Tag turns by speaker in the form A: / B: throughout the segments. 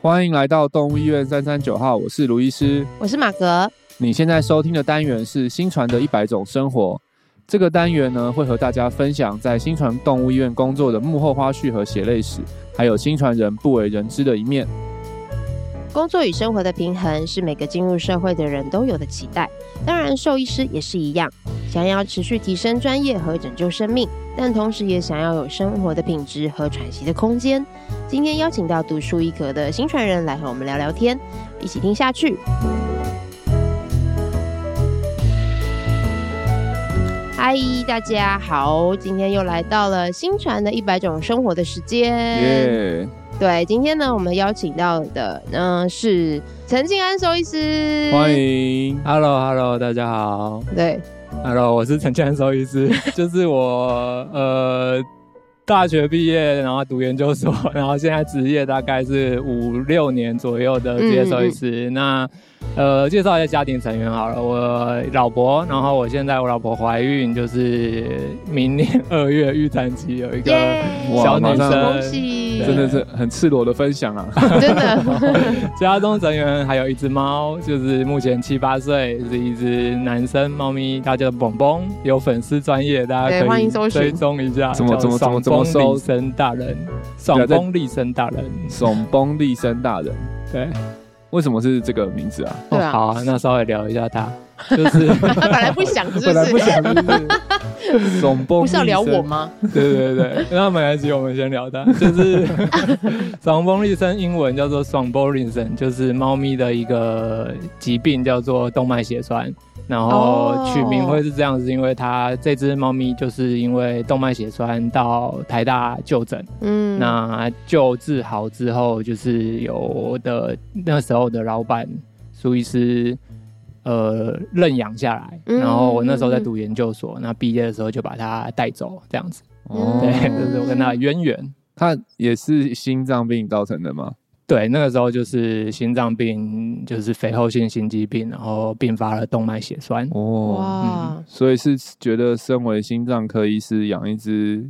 A: 欢迎来到动物医院三三九号，我是卢医师。
B: 我是马格，
A: 你现在收听的单元是新传的一百种生活。这个单元呢，会和大家分享在新传动物医院工作的幕后花絮和血泪史，还有新传人不为人知的一面。
B: 工作与生活的平衡是每个进入社会的人都有的期待，当然兽医师也是一样。想要持续提升专业和拯救生命，但同时也想要有生活的品质和喘息的空间。今天邀请到独树一格的新传人来和我们聊聊天，一起听下去。嗨，大家好，今天又来到了新传的一百种生活的时间。
A: 耶、
B: 对，今天呢，我们邀请到的呢、是陈静安兽医师，
A: 欢。迎
C: Hello Hello，大家好
B: 对，
C: ，Hello，我是陈建收医师， 就是我呃大学毕业，然后读研究所， 然后现在职业大概是五六年左右的职业兽医师。那呃，介绍一下家庭成员好了，我老婆，然后我现在我老婆怀孕，就是明年二月预产期有一个
B: 耶
A: 哇
C: 小女
A: 马上
C: 生，
B: 恭喜，
A: 真的是很赤裸的分享啊！
B: 真的，
C: 家中成员还有一只猫，就是目前七八岁，是一只男生猫咪，它叫蹦蹦，有粉丝专业，大
B: 对
C: 家可
B: 欢
C: 以
B: 迎搜寻
C: 追踪一下，
A: 怎么
C: 叫
A: 怎么怎么怎么
C: 爽风
A: 搜啊
C: 立生大人，
A: 要
C: 爽
A: 再
C: 风立生大人，
A: 耸崩立生大人，
C: 对，
A: 为什么是这个名字啊？
B: 对啊
C: 哦好啊，那稍微聊一下它，就是
B: 他本来不想，是不
C: 本来不
B: 是？
C: 想，就是
A: 耸崩
B: 不是要聊
A: 立生
B: 我吗？
C: 对 对对，那没关系，我们先聊它，就是爽风立生，英文叫做爽 b o l i n s o n 就是猫咪的一个疾病，叫做动脉血栓。然后
B: 哦
C: 取名会是这样子，因为它这只猫咪就是因为动脉血栓到台大就诊，
B: 嗯，
C: 那救治好之后，就是有我的那时候的老板苏医师，呃，认养下来。
B: 嗯
C: 然后我那时候在读研究所，那毕业的时候就把它带走，这样子。
B: 嗯
A: 哦，
C: 对，这是我跟他的渊源。
A: 他也是心脏病造成的吗？
C: 对，那个时候就是心脏病，就是肥厚性心肌病，然后并发了动脉血栓。
A: 哦，
B: 哇，，
A: 所以是觉得身为心脏科医师养一只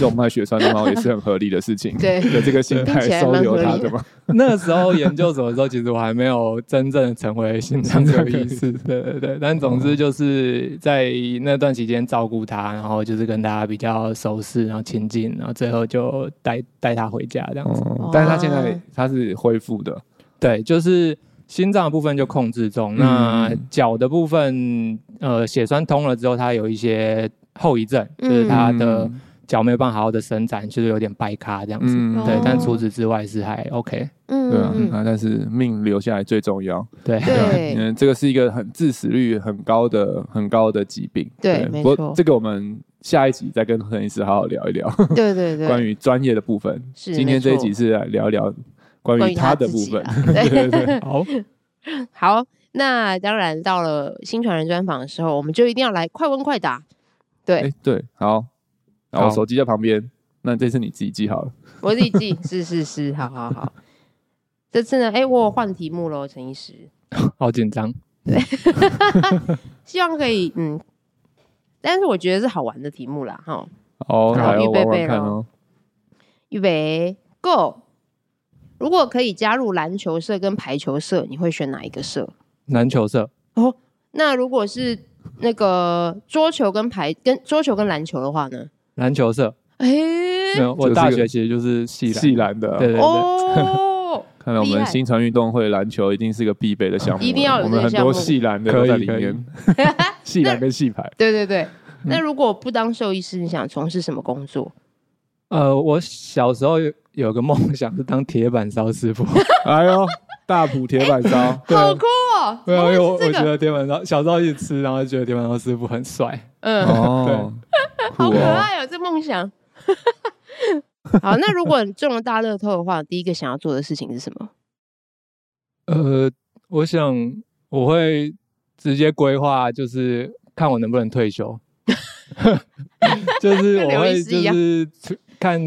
A: 动脉血栓的猫也是很合 理的事情
B: 对
A: 有这个心态
B: 听起来
A: 收
B: 蛮
A: 留
B: 合
A: 它
B: 理
A: 的吗？
C: 那个时候研究所的时候，其实我还没有真正成为心脏科医师。哦对对对，但总之就是在那段期间照顾他，然后就是跟他比较熟识，然后亲近，然后最后就带带他回家这样子。
A: 哦
B: 哇，
A: 但是它现在它是恢复的，
C: 对，就是心脏的部分就控制中，那
A: 嗯
C: 脚的部分，呃，血栓通了之后，它有一些后遗症，就是它的
A: 嗯
C: 脚没有办法好好的伸展，就是有点掰咖这样子。
A: 嗯
C: 对
B: 哦，
C: 但除此之外是还 OK。
A: 对啊，
B: 嗯，嗯
A: 啊，但是命留下来最重要。
C: 对，
B: 对
A: 嗯，这个是一个很致死率很高的、很高的疾病。
B: 对没
A: 不
B: 错
A: 过这个我们下一集再跟陈医师好好聊一聊
B: 对对对，
A: 关于专业的部分。
B: 是
A: 今
B: 没
A: 天这一
B: 错
A: 集是来聊一聊关
B: 关
A: 于
B: 于他
A: 他的
B: 自
A: 部
B: 己啊
A: 分
B: 啦。
A: 对对对，
C: 好，
B: 好，那当然到了新传人专访的时候，我们就一定要来快问快答。对
A: 哎，对，好，然后
C: 好
A: 手机在旁边，那这次你自己记好了。
B: 我自己 记，是是是，好好好。这次呢，哎，我有换题目喽，陈医师。
C: 好紧张。
B: 希望可以，嗯，但是我觉得是好玩的题目啦，哈。
A: 好，
B: 好
A: 来
B: 预
A: 哦
B: 备
A: 玩玩
B: 备
A: 看
B: 咯
A: 哦。
B: 预备，Go！如果可以加入篮球社跟排球社，你会选哪一个社？
C: 篮球社，
B: 那如果是那个桌球跟排跟桌球跟篮球的话呢？
C: 篮球社，
B: 哎、
C: 没
A: 这
C: 有，我
A: 是
C: 大
A: 个
C: 学其实就是系篮。
A: 细篮的，
C: 对对对，
B: 哦，
A: 看来我
B: 厉
A: 们
B: 害
A: 新传运动会篮球一定是个必备的项目了，
B: 一定要有
A: 我们
B: 这个
A: 很
B: 项
A: 多
B: 目
A: 细篮的都
C: 可以
A: 在里
C: 可以
A: 面， 细篮跟细排。
B: 对对对。
C: 嗯
B: 那如果不当兽医师，你想从事什么工作？
C: 呃，我小时候有有个梦想是当铁板烧师傅。
A: 哎呦，大埔铁板烧，
B: 好酷哦！
C: 啊没有，因为我
B: 怎么会是
C: 我觉
B: 这个，
C: 得铁板烧小时候一直吃，然后觉得铁板烧师傅很帅。
B: 嗯，
A: 哦，酷
B: 好可
A: 哦！
B: 爱哦，这梦想。 好，那如果你中了大乐透的话，第一个想要做的事情是什么？
C: 呃，我想我会直接规划，就是看我能不能退休， 就是
B: 跟
C: 我
B: 刘医
C: 会
B: 师一
C: 就
B: 样
C: 是看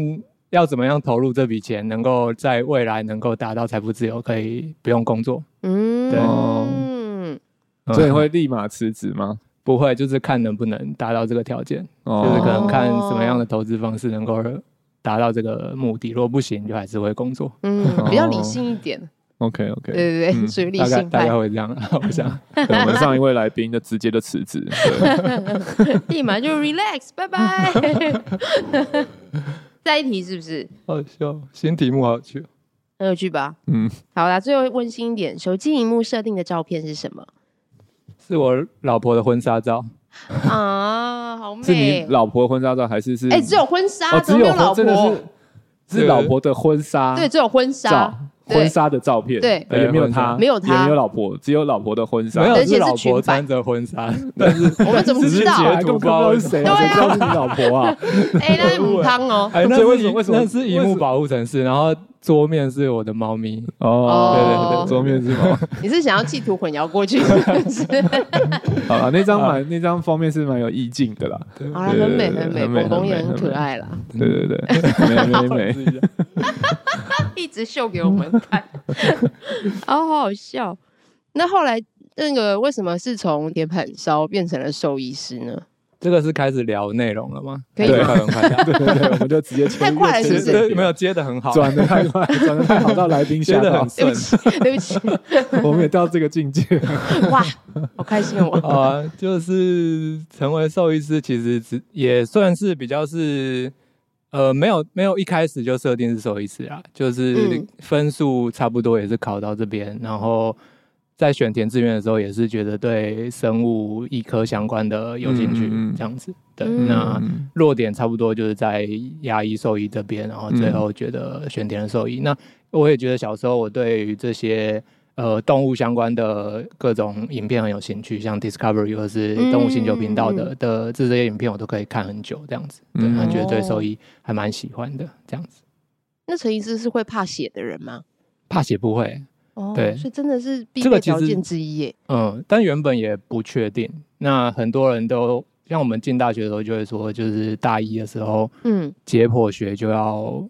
C: 要怎么样投入这笔钱，能够在未来能够达到财富自由，可以不用工作。
B: 嗯，
C: 对哦
B: 嗯，
A: 哦所以会立马辞职吗？
C: 不会，就是看能不能达到这个条件，
A: 哦
C: 就是可能看
B: 哦
C: 什么样的投资方式能够达到这个目的。如果不行，就还是会工作。
B: 嗯，
A: 哦
B: 比较理性一点，
A: OK OK，
B: 对对对，
C: 嗯
B: 属于理
C: 大概
B: 性
C: 大概
B: 派，嗯
C: 会这样，啊我想。
A: 对我们上一位来宾就直接就辞职，对
B: 立马就 relax，拜 拜。再一题是不是
C: 好笑，新题目好有趣哦。
B: 很有趣吧？
A: 嗯，
B: 好啦，最后温馨一点，手机荧幕设定的照片是什 么
C: 是我老婆的婚纱照，
B: 啊？好
A: 是你
B: 美！
A: 老婆婚纱照还是是？
B: 哎，只有婚纱，
A: 哦，
B: 怎
A: 只
B: 么没有
A: 有
B: 老
A: 婚真的
B: 婆
A: 是？啊是老婆的婚纱
B: 对，只有婚纱
A: 照，，
B: 对
A: 婚纱的照片，
B: 对
A: 呃也没有她，
B: 没有她
A: 也没有老婆，只有老婆的婚纱，
C: 没
B: 而
C: 有
B: 且
C: 是
B: 是
C: 老
B: 裙
C: 婆
B: 摆
C: 穿着婚纱，
B: 我们怎么
C: 只
B: 知
C: 是
B: 道
C: 截
B: 啊？
A: 根本不知道是谁啊，谁
B: 对啊
A: 知道是你老婆啊？
B: 哎，那是母汤哦。
C: 哎，那
A: 所以为
C: 是
A: 什么
C: 荧
A: 为什么
C: 那是荧
A: 为什
C: 幕
A: 么
C: 保护城市，然后桌面是我的猫 咪，
A: 哦，
B: 哦
A: 桌面是吗？
B: 你是想要企图混淆过去？是不是
A: 好了，那张蛮那张封面是蛮有意境的啦，
B: 好了，很美
A: 对
B: 很美，
A: 很美
B: 狗狗也
A: 很美
B: 很
A: 很
B: 可
A: 美
B: 爱啦，
A: 对对对，没没没，
C: 对，
B: 一直秀给我们看， 好好笑。那后来那个为什么是从铁板烧变成了兽医师 呢？
C: 这个是开始聊内容了吗？
B: 可以
C: 对
B: 吗
C: 很快，很快
A: 对对对，我们就直接
B: 太快 了是不是
C: 对没有接的很好，
A: 转的太快，转的太好到来宾
C: 接
A: 吓
C: 的
A: 到
C: 很，
B: 对
C: 顺
B: 不。 起，对不起，
A: 我们也到这个境界。
B: 哇，好开 心哦！
C: 啊、就是成为兽医师，其实只也算是比较是，呃，没有没有一开始就设定是兽医师啊，就是
B: 嗯
C: 分数差不多也是考到这边，然后在选填志愿的时候也是觉得对生物医科相关的有兴趣，
A: 嗯嗯嗯
C: 这样子。对，
B: 嗯
C: 那
A: 嗯
C: 弱点差不多就是在牙医兽医这边，然后最后觉得选填了兽医。那我也觉得小时候我对于这些呃动物相关的各种影片很有兴趣，像 Discovery 或是动物星球频道的、的这些影片，我都可以看很久这样子。对，
A: 嗯
C: 那觉得对
B: 哦
C: 兽医还蛮喜欢的这样子。
B: 那陈医师是会怕血的人吗？
C: 怕血不会，
B: 哦，
C: 对
B: 所以真的是必
C: 这个
B: 备
C: 其
B: 条
C: 实
B: 件之一耶。
C: 嗯，但原本也不确定。那很多人都像我们进大学的时候就会说，就是大一的时候
B: 嗯，
C: 解剖学就要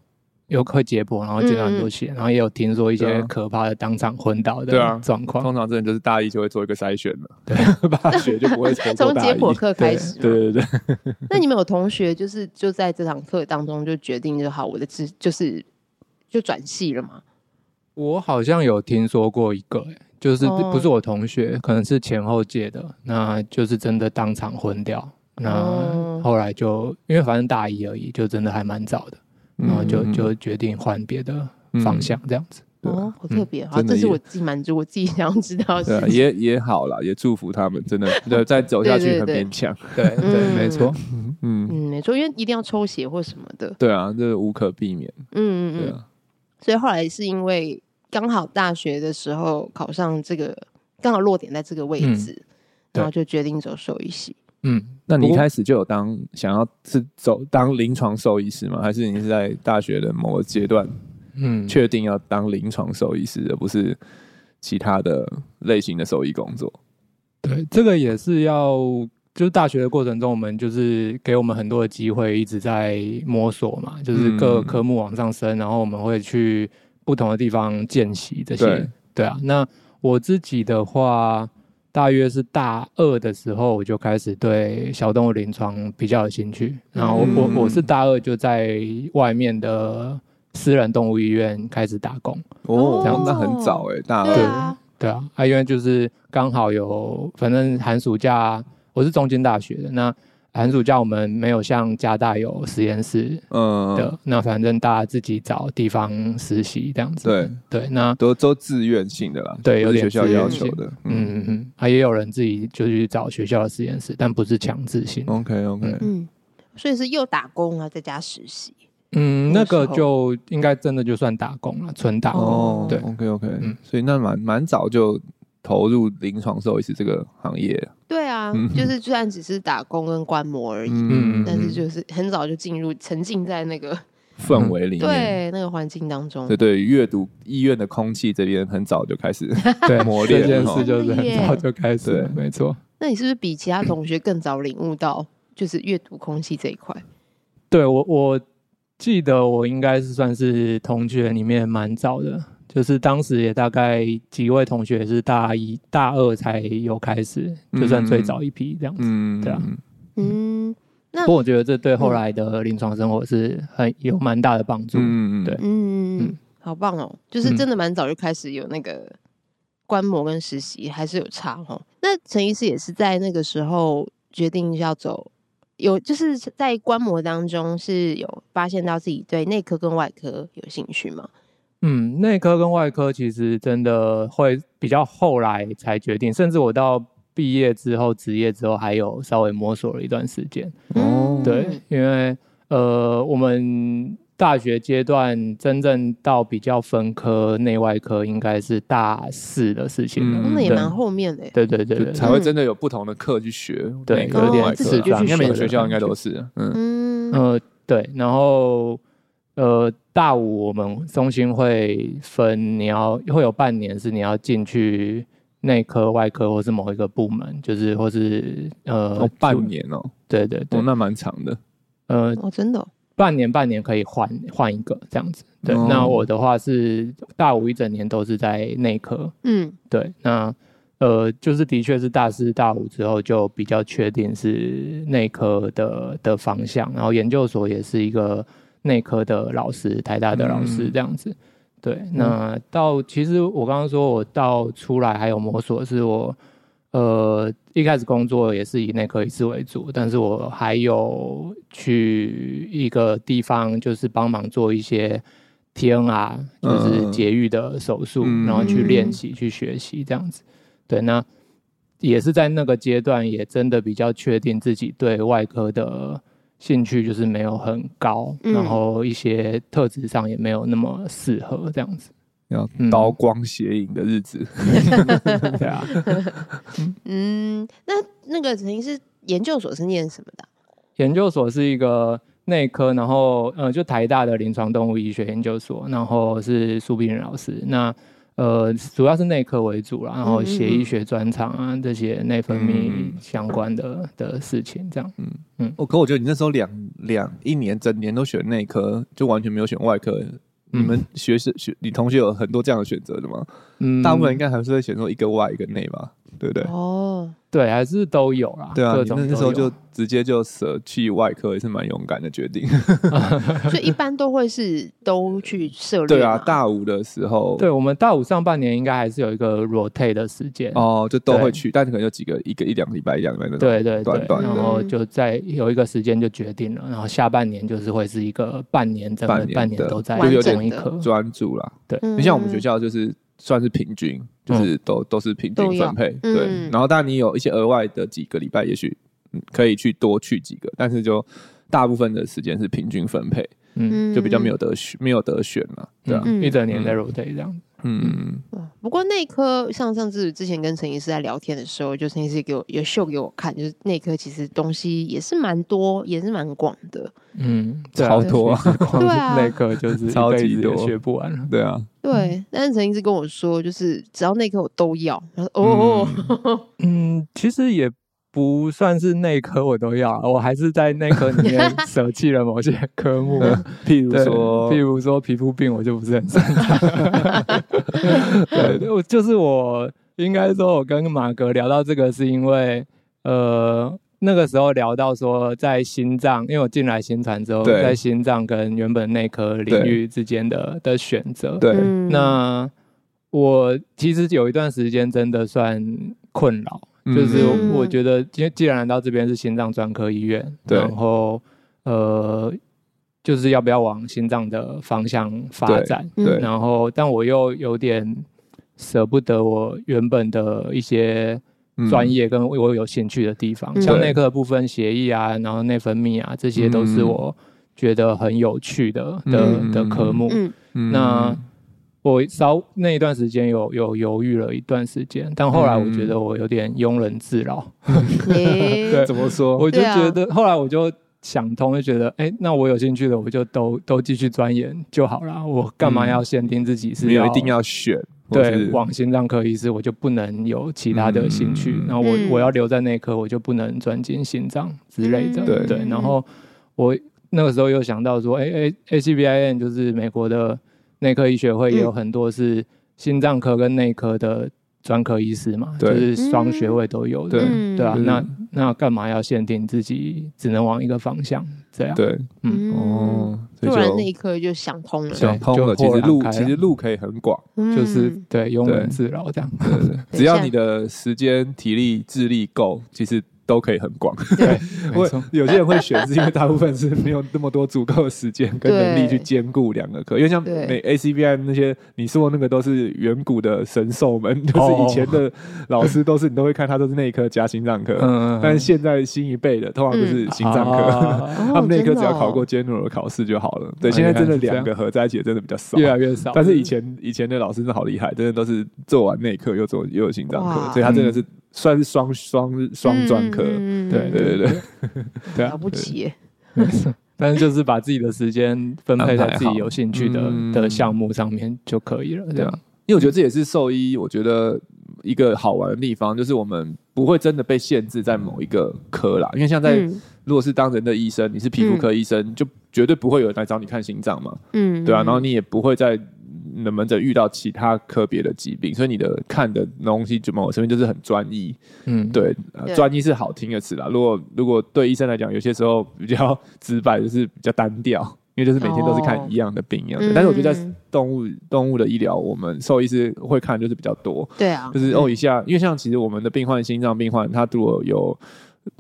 C: 有会解剖，然后见到很多血，然后也有听说一
A: 对
C: 些
A: 啊
C: 可怕的当场昏倒
A: 对啊
C: 的状 况。
A: 通常这人就是大一就会做一个筛选了，对， 把学就不 会从
B: 从解剖课开始。
A: 对对对嗯对，
B: 那你们有同学就是就在这堂课当中就决定就好，我的志就是就转系了嘛？
C: 我好像有听说过一个、欸就是
B: 哦
C: 不是我同学，可能是前后届的，那就是真的当场昏掉。
B: 哦
C: 那后来就因为反正大一而已，就真的还蛮早的，然后哦就
A: 嗯
C: 就决定换别的方向这样子。
A: 对啊
B: 哦，好特别，好，
A: 真的
B: 这是
A: 耶
B: 我自己满足我自己想要知道的
A: 对
B: 事
A: 啊，
B: 情。
A: 也也好啦，也祝福他们， 真的，对，再走下去
B: 对对
A: 很
B: 对
A: 勉强，
C: 对对，
B: 嗯
C: 没错。
A: 嗯，
B: 嗯，没错，因为一定要抽血或什么的。
A: 对啊，这无可避免，
B: 嗯嗯
A: 对
B: 嗯。
A: 啊，
B: 所以后来是因为刚好大学的时候考上这个，刚好落点在这个位
C: 嗯
B: 置，然后就决定走兽医系。
C: 嗯，
A: 那
C: 不
A: 你一
C: 过
A: 开始就有当想要是走当临床兽医师吗？还是你是在大学的某个阶段
C: 嗯
A: 确定要当临床兽医师，而不是其他的类型的兽医工作？
C: 对，这个也是要，就是大学的过程中，我们就是给我们很多的机会，一直在摸索嘛，就是各
A: 嗯
C: 科目往上升，然后我们会去不同的地方见习
A: 对
C: 这些。对啊，那我自己的话，大约是大二的时候，我就开始对小动物临床比较有兴趣。然后我、
A: 嗯
C: 我我是大二就在外面的私人动物医院开始打工。
A: 哦
B: 这样，
A: 那很早哎，大
B: 对
A: 二
B: 啊，
C: 对啊，啊，因为就是刚好有，反正寒暑假我是中间大学的，那寒暑假我们没有像加大有实验室的，
B: 啊
A: 嗯，
C: 那反正大家自己找地方实习这样子。
A: 对，
C: 对，那
A: 都都自愿性的啦，
C: 对
A: 不
C: 有
A: 是
C: 点
A: 学校
B: 自愿
A: 要求的，嗯
C: 嗯嗯嗯，啊，也有人自己就去找学校的实验室，但不是强制性。
A: ，OK OK，
B: 嗯，所以是又打工啊，再加实习。
C: 嗯，
B: 那
C: 那
B: 时候
C: 个就应该真的就算打工了，纯打工。
A: 哦，
C: 对
A: ，OK OK，
C: 嗯
A: 所以那蛮蛮早就投入临床兽医师这个行业，
B: 对啊，
A: 嗯
B: 就是虽然只是打工跟观摩而已，
A: 嗯，
B: 但是就是很早就进入沉浸在那个
A: 氛围里面。
B: 对那个环境当中
A: 对。对，阅读医院的空气这边很早就开始，
C: 对，
A: 磨
C: 这
A: 练
C: 件
A: 哦
C: 事 就是
B: 真的
C: 很
B: 耶
C: 早就开始了，
A: 对
C: 没错。
B: 那你是不是比其他同学更早领悟到就是阅读空气这一块？
C: 对我，我记得我应该是算是同学里面蛮早的，就是当时也大概几位同学是大一、大二才有开始，就算最早一批这样子。
A: 嗯，
C: 对啊
B: 嗯，那
C: 不过我觉得这对后来的临床生活是很有蛮大的帮助。
A: 嗯
C: 对
B: 嗯
C: 嗯，
B: 好棒哦！就是
C: 嗯
B: 真的蛮早就开始有那个观摩跟实习，还是有差哦。那陈医师也是在那个时候决定要走，有就是在观摩当中是有发现到自己对内科跟外科有兴趣吗？
C: 嗯，内科跟外科其实真的会比较后来才决定，甚至我到毕业之后、职业之后，还有稍微摸索了一段时间。
B: 嗯
A: 哦
C: 对，因为呃，我们大学阶段真正到比较分科内外科，应该是大四的事情了。
A: 嗯
B: 嗯，那也
C: 对
B: 蛮后面的耶。
C: 对对对
A: 就
C: 对，
A: 才会真的有不同的课去学，
C: 对
A: 内科
B: 有点
A: 外科
B: 自己就去
A: 啊应该每个
C: 学
A: 学
C: 的
A: 校应该
C: 感觉
A: 都是，嗯
B: 嗯
C: 呃，对，然后呃，大五我们中心会分，你要会有半年是你要进去内科、外科或是某一个部门，就是或是呃、
A: 哦，半
C: 主，
A: 年哦，
C: 对对对，
A: 哦，那蛮长的，
C: 呃，
B: 哦，真的哦
C: 半年半年可以换换一个这样子。对，
A: 哦
C: 那我的话是大五一整年都是在内科，
B: 嗯
C: 对，那呃，就是的确是大四、大五之后就比较确定是内科的的方向，然后研究所也是一个内科的老师，台大的老师
A: 嗯
C: 这样子。对，那到其实我刚刚说我到出来还有摸索，是我呃一开始工作也是以内科医师为主，但是我还有去一个地方就是帮忙做一些 TNR，就是
A: 嗯
C: 节育的手术，
A: 嗯
C: 然后去
B: 嗯
C: 练习、去学习这样子。对，那也是在那个阶段，也真的比较确定自己对外科的兴趣就是没有很高，
B: 嗯
C: 然后一些特质上也没有那么适合这样子。
A: 要
C: 嗯
A: 刀光血影的日子，
C: 对啊，
B: 嗯，那那个陈医师研究所是念什么的啊？
C: 研究所是一个内科，然后呃，就台大的临床动物医学研究所，然后是苏炳仁老师。那呃，主要是内科为主啦，然后血
B: 嗯嗯
C: 液学专长啊，这些内分
A: 嗯
C: 泌相关的的事情，这样。
A: 哦，可我觉得你那时候两两一年整年都选内科，就完全没有选外科。你们学生学你同学有很多这样的选择的吗？
C: 嗯
A: 大部分人应该还是会选说一个外一个内吧，对不对？
B: 哦，
C: 对还是都有啦，
A: 对啊，
C: 各
A: 你
C: 种
A: 那那
C: 都
A: 时候
C: 有
A: 就直接就舍弃外科，也是蛮勇敢的决定。
B: 所以一般都会是都去涉猎
A: 对啊，
B: 嘛
A: 大五的时候，
C: 对我们大五上半年应该还是有一个 rotate 的时间。
A: 哦，就都
C: 对
A: 会去，但是可能就几个，一个一两个礼拜，一两个礼拜那种。
C: 对对对
A: 短，短
B: 的
C: 然后就在有一个时间就决定了，然后下半年就是会是一个半年，整
A: 半
C: 个
A: 年
C: 半年
A: 的
C: 都在
B: 完整
C: 同一
B: 的
C: 科。
A: 专注啦。
B: 嗯
A: 你像我们学校就是算是平均，
C: 嗯
A: 就是都都是平
B: 都
A: 均
B: 要
A: 分配。
B: 嗯
A: 对，然后当然你有一些额外的几个礼拜，也许嗯可以去多去几个，但是就大部分的时间是平均分配，
C: 嗯，
B: 嗯
A: 就比较没有得选，没有得选了。对啊，
B: 嗯
C: 一整年在 rotate 这样子。
A: 嗯，
B: 嗯不过内科像上次之前跟陈医师在聊天的时候，就陈医师给我也秀给我看，就是内科其实东西也是蛮多，也是蛮广的。
C: 嗯，
A: 超多啊
B: 对啊
C: 那科就是一
A: 超级
C: 辈子也
A: 多
C: 学不完了。
A: 对啊，
B: 对，但是陈医师跟我说，就是只要内科我都要。然后哦，
C: 嗯，其实也。不算是内科，我都要啊，我还是在内科 里面舍弃了某些科 目，
A: 譬如
C: 对
A: 说，
C: 譬如说皮肤病，我就不是很擅长。 对，我就是我应该说，我跟马哥聊到这个，是因为呃那个时候聊到说，在心脏，因为我进来新传之后，
A: 对
C: 在心脏跟原本内科领
A: 对
C: 域之间的的选择，
A: 对，
B: 嗯
C: 那我其实有一段时间真的算困扰，
A: 嗯
C: 就是
B: 嗯
C: 我我觉得，因为既然来到这边是心脏专科医院，
A: 对
C: 然后呃，就是要不要往心脏的方向发展？
B: 嗯
A: 对
C: 然后，但我又有点舍不得我原本的一些
A: 嗯
C: 专业跟我有兴趣的地方，
B: 嗯
C: 像
A: 对
C: 内科的部分、协议啊，然后内分泌啊，这些都是
A: 嗯
C: 我觉得很有趣的的
A: 嗯
C: 的科目。
B: 嗯
A: 嗯
C: 那我稍那一段时间有有犹豫了一段时间，但后来我觉
A: 嗯
C: 得我有点庸人自扰，
B: 诶
C: 对
A: 怎么说？
C: 我就
B: 对啊
C: 觉得、后来我就想通，就觉得哎、诶那我有兴趣的我就都都继续钻研就好啦，我干嘛
A: 嗯
C: 要限定自己是
A: 没有一定要选，或
C: 对
A: 是
C: 往心脏科医师，我就不能有其他的兴趣，
A: 嗯
C: 然后我、
B: 嗯
C: 我要留在内科，我就不能专精心脏之类的，
B: 嗯
A: 对
C: 对，然后我那个时候又想到说，哎、a A C B I N
B: 嗯
C: 就是美国的内科医学会，也有很多是心脏科跟内科的专科医师嘛，就
A: 对
C: 是双学位都有的，
A: 对
B: 嗯
C: 对啊，
A: 嗯
C: 那那干嘛要限定自己只能往一个方向？这样，
A: 对，
C: 嗯
A: 哦，所以
B: 突然那一
A: 就
B: 刻就想通了，
A: 想通
C: 就
A: 了。其
C: 豁
A: 实
C: 然
A: 路
C: 开
A: 其
C: 朗
A: 实路可以很广，
C: 就是
B: 嗯
C: 对庸
A: 对
C: 人自扰这样。
A: 对对
B: 一
A: 只要
B: 下
A: 你的时间、体力、智力够，其实都可以很广。
C: 对，没
A: 会
C: 错，
A: 有些人会选，是因为大部分是没有那么多足够的时间跟能力去兼顾两个科，因为像
B: 对
A: 美 ACBI 那些你说的那个都是远古的神兽们，
C: 哦
A: 就是以前的老师都是你都会看他都是内科加心脏科，
C: 嗯
A: 但是现在新一辈的通常就是心脏科，
C: 啊
B: 哦
A: 他们内科
B: 真
A: 只
B: 的
A: 要考
B: 哦
A: 过 general 的考试就好了。对，
C: 哦
A: 现在真的
C: 原来是这样
A: 两个合在一起的真的比较少。
C: 越来越少。
A: 但是以前以前的老师真的好厉害，真的都是做完内科又做又有心脏科，
B: 哇
A: 所以他真的是算是双双双专科。
B: 嗯嗯嗯嗯嗯
C: 对
A: 对对对。
C: 对啊
B: 了，不起耶，
C: 但是就是把自己的时间分配在自己有兴趣的
A: 嗯
C: 的项目上面就可以了。这样，
A: 因为我觉得这也是兽医，我觉得一个好玩的地方就是我们不会真的被限制在某一个科啦。因为像在、
B: 嗯
A: 如果是当人的医生，你是皮肤科医生，就绝对不会有人来找你看心脏嘛，
B: 嗯，
A: 对啊，然后
B: 嗯
A: 你也不会在冷门诊遇到其他科别的疾病，所以你的看的东西就某这边就是很专一。
C: 嗯，
A: 对，呃
B: 对
A: 专、一是好听的词啦。如果如果对医生来讲，有些时候比较 直白，就是比较单调，因为就是每天都是看
B: 哦
A: 一样的病一样的。
B: 嗯
A: 但是我觉得在
B: 嗯
A: 动物动物的医疗，我们兽医师会看就是比较多，
B: 对啊，
A: 就是哦一下，因为像其实我们的病患心脏病患，他如果有。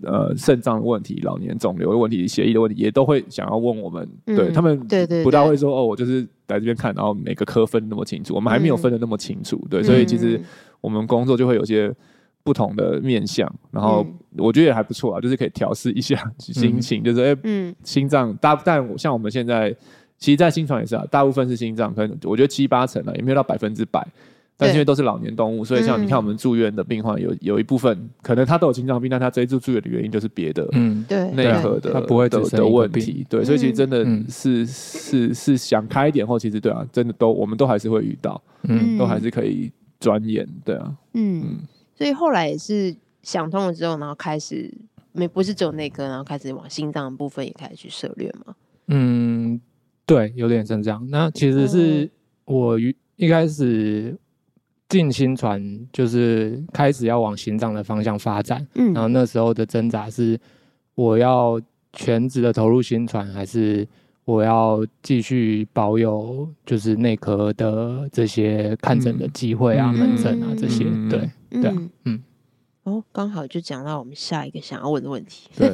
A: 呃，肾脏的问题、老年肿瘤的问题、血液的问题，也都会想要问我们。
B: 嗯
A: 对他们，
B: 对对
A: 不大
B: 对
A: 会说哦，我就是来这边看，然后每个科分那么清楚，我们还没有
B: 嗯
A: 分的那么清楚。对，所以其实
B: 嗯
A: 我们工作就会有些不同的面向，然后
B: 嗯
A: 我觉得也还不错啊，就是可以调试一下心情，就是哎、
B: 嗯
A: 心脏大，但我像我们现在，其实，在新传也是啊，大部分是心脏，可能我觉得七八成啊，也没有到百分之百。但是因为都是老年动物，所以像你看
B: 嗯
A: 我们住院的病患有，有、一部分可能他都有心脏病，但他这一次住院的原因就是别的
C: 嗯，
B: 对
A: 内
C: 对啊
A: 核的
C: 他不会
A: 的
C: 只生
A: 的
C: 一个
A: 问
C: 病
A: 题，对，所以其实真的
C: 嗯
A: 是、是是想开一点后，其实对啊，真的都我们都还是会遇到，
C: 嗯，
A: 都还是可以钻研，对 啊，
B: 嗯，所以后来也是想通了之后，然后开始没不是只有内科，然后开始往心脏的部分也开始去涉猎嘛。
C: 嗯，对，有点像这样。那其实是我于一开始进新传，就是开始要往心脏的方向发展。
B: 嗯
C: 然后那时候的挣扎是，我要全职的投入新传，还是我要继续保有就是内科的这些看诊的机会啊、
A: 嗯
C: 门诊啊这些？
A: 嗯
C: 对，对啊
B: 嗯
C: 嗯
B: 哦，刚好就讲到我们下一个想要问的问 题。
A: 对。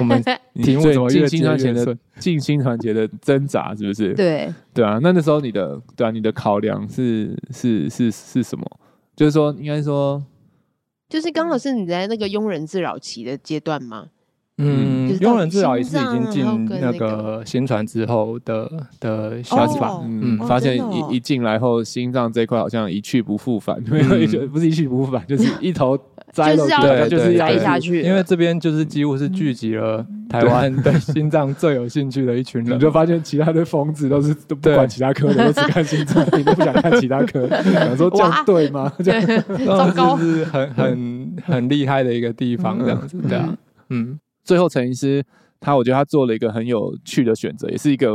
C: 我 们
A: 你
C: 题目
A: 最
C: 怎么
A: 进
C: 越
A: 新
C: 接
A: 团
C: 越
A: 结 的
C: 顺
A: 进新团结的挣扎是不是？
B: 对，
A: 对啊，那那时候你的对啊，你的考量是是是是什么？就是说，应该说，
B: 就是刚好是你在那个庸人自扰期的阶段吗？
A: 嗯
C: 嗯
B: 就是，
C: 庸人自扰也是
B: 心
C: 已
B: 脏
C: 经
B: 然后
C: 进
B: 跟
C: 那
B: 那
C: 个新传之后的的
A: 发
C: 想
B: 哦
A: 现
C: 法。
A: 嗯，
C: 哦
A: 发现
B: 真的哦
A: 一一进来后，心脏这一块好像一去不复返， 没有一去不是一去不复返，就是一头栽
B: 就
A: 了
B: 是
A: 去，
B: 要
A: 嗯对
C: 就
A: 就是
C: 是
A: 要
C: 要
B: 栽下去了，
C: 哦因为这边就是几乎是聚集了台湾对心脏最有兴趣的一群
A: 你
C: 人，
A: 就发现其他的疯子都是都不
C: 对
A: 管其他科的，都只看心脏，你都不想看其他科， 想说这样
B: 哇
A: 对吗？这样
C: 嗯
B: 糟糕
C: 就是很很很厉害的一个地方，这样子，对啊，嗯，
A: 最后陈医师他，我觉得他做了一个很有趣的选择，也是一个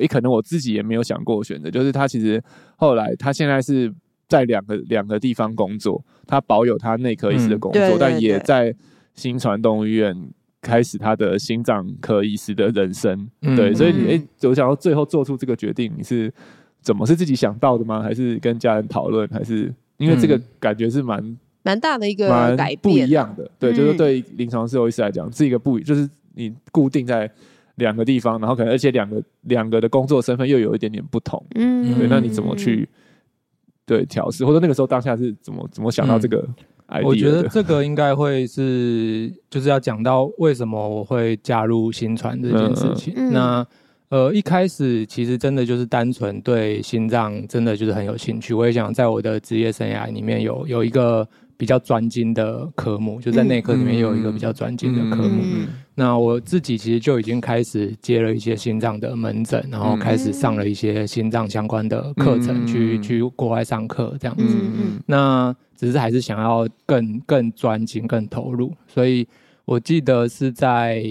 A: 也可能我自己也没有想过的选择，就是他其实后来他现在是在两个两个地方工作，他保有他内科医师的工作，
B: 嗯对对
A: 但也
B: 对
A: 在新传动物医院。开始他的心脏科医师的人生，
C: 嗯
A: 对，所以你
B: 嗯
A: 诶、我想要最后做出这个决定，你是怎么是自己想到的吗？还是跟家人讨论？还是因为这个
C: 嗯
A: 感觉是蛮
B: 蛮大的一个
A: 蛮
B: 改变，
A: 不一样的，对，就是
B: 嗯
A: 对临床兽医师来讲，是一个不一就是你固定在两个地方，然后可能而且两个两个的工作身份又有一点点不同，
B: 嗯，
A: 对，那你怎么去对调试，或者那个时候当下是怎么怎么想到这个 idea 的？
C: 我觉得这个应该会是，就是要讲到为什么我会加入新传这件事情。
B: 嗯嗯
C: 那呃，一开始其实真的就是单纯对心脏真的就是很有兴趣，我也想在我的职业生涯里面有有一个比较专精的科目，就在内科里面有一个
A: 嗯
C: 比较专精的科目。
B: 嗯
C: 那我自己其实就已经开始接了一些心脏的门诊，然后
B: 嗯
C: 开始上了一些心脏相关的课程，
A: 嗯
C: 去去国外上课这样子。
B: 嗯
C: 那只是还是想要更更专精、更投入，所以我记得是在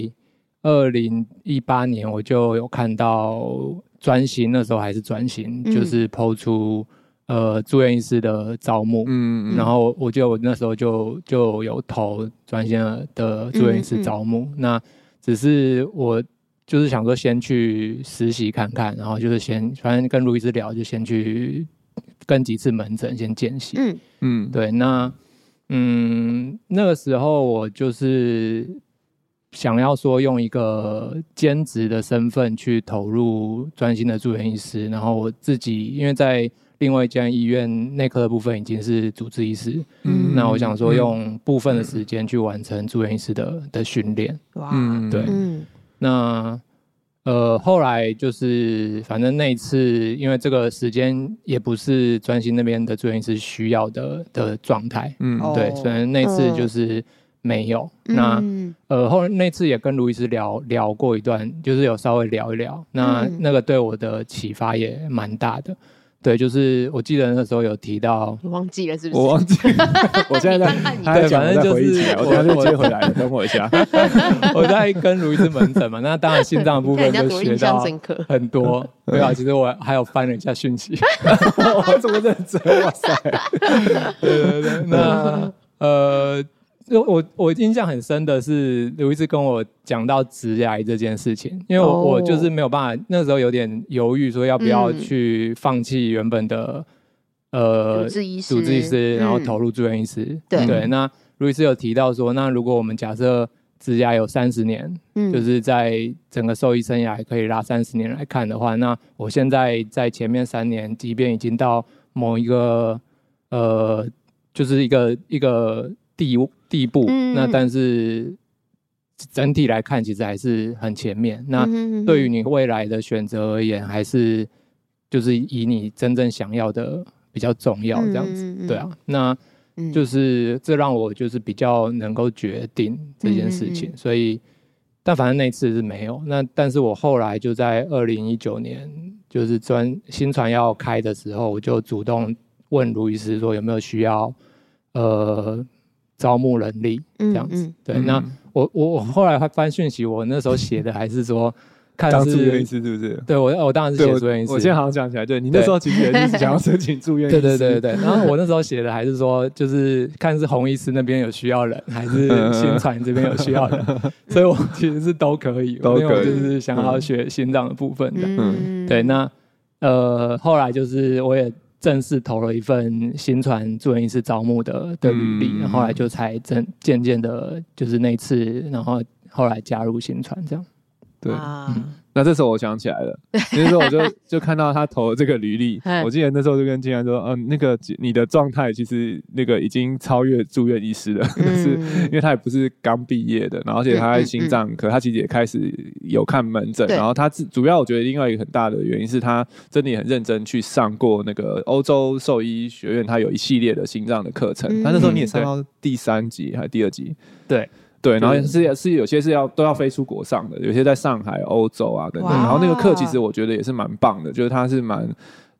C: 二零一八年，我就有看到专心，那时候还是专心，
B: 嗯
C: 就是抛出呃住院医师的招募，
A: 嗯
C: 然后我记得我那时候就就有投专线的住院医师招募，那只是我就是想说先去实习看看，然后就是先反正跟卢医师聊，就先去跟几次门诊先见习。
B: 嗯
A: 嗯，
C: 对，那嗯那个时候我就是想要说用一个兼职的身份去投入专心的住院医师，然后我自己因为在另外一间医院内科的部分已经是主治医师，
B: 嗯
C: 那我想说，用部分的时间去完成住院医师的的训练。
B: 哇，
A: 嗯，
C: 对
B: 嗯
C: 那呃，后来就是反正那一次，因为这个时间也不是专心那边的住院医师需要的的状态，
A: 嗯
B: 哦
C: 对，所以那次就是没有。那
B: 嗯
C: 呃，后来那次也跟卢医师聊聊过一段，就是有稍微聊一聊。那、
B: 嗯
C: 那个对我的启发也蛮大的。对，就是我记得那时候有提到，
B: 你忘记了是不是？
A: 我忘记，我现在在他在讲，我
C: 对反正
A: 在
C: 就是
A: 回忆起来，我等一下再接回来，等我一下。
C: 我在跟卢医师门诊嘛，那当然心脏 部
B: 看
C: 分
B: 人家
C: 就
B: 多
C: 学
B: 印象
C: 到
B: 深刻，
C: 很多。对啊，其实我还有翻了一下讯息。
A: 我怎么认真？哇塞！
C: 对对对，那呃，就我我印象很深的是，有一次跟我讲到直癌这件事情，因为我、
B: 哦
C: 我就是没有办法，那时候有点犹豫，说要不要
B: 嗯
C: 去放弃原本的、呃
B: 主治医师，
C: 主治医师，然后
B: 嗯
C: 投入住院医师。
B: 对
C: 对，那路易斯有提到说，那如果我们假设职涯有三十年，
B: 嗯
C: 就是在整个兽医生涯可以拉三十年来看的话，那我现在在前面三年，即便已经到某一个呃，就是一个一个地地步，
B: 嗯
C: 那但是整体来看，其实还是很前面。那
B: 嗯哼哼
C: 对于你未来的选择而言，还是就是以你真正想要的比较重要，这样子。
B: 嗯嗯嗯
C: 对啊，那
B: 嗯
C: 就是这让我就是比较能够决定这件事情，
B: 嗯嗯
C: 所以但反正那次是没有。那但是我后来就在二零一九年，就是专新船要开的时候，我就主动问卢医师说有没有需要呃招募人力这样
B: 嗯
C: 子。
B: 嗯
C: 对，那我我我后来还翻讯息，我那时候写的还是说看
A: 当住院医
C: 是。
A: 师是不是？
C: 对我，我当然是
A: 对，
C: 写
A: 我
C: 住院医师。
A: 我现在好像想起来，对你那时候其实也是想要申请住院医
C: 对
A: 师，
C: 对对对对，然后我那时候写的还是说，就是看是红医师那边有需要人，还是新传这边有需要人， 所以我其实是都可以，
A: 都可以
C: 因为我就是想要学心脏的部分的。
A: 嗯
C: 对，那呃后来就是我也正式投了一份新传住院医师招募的的履历，
A: 嗯
C: 然后后来就才真渐渐的，就是那一次，然后后来加入新传这样。
A: 对
B: 哇
C: 嗯
A: 那这时候我想起来了，那时候我就就看到他投这个履历
B: 嗯，
A: 我记得那时候就跟金安说，嗯、那个你的状态其实那个已经超越住院医师了， 就、是
B: 嗯
A: 因为他也不是刚毕业的，然后而且他在心脏科，他其实也开始有看门诊，
B: 对
A: 然后他自主要我觉得另外一个很大的原因是他真的也很认真去上过那个欧洲兽医学院，他有一系列的心脏的课程，
B: 嗯
A: 他那时候你也上到第三级还是第二级？
C: 对。
A: 对，然后
C: 就是
A: 是是有些是要都要飞出国上的，有些在上海、欧洲啊等等。
B: 哇
A: 然后那个课其实我觉得也是蛮棒的，就是它是蛮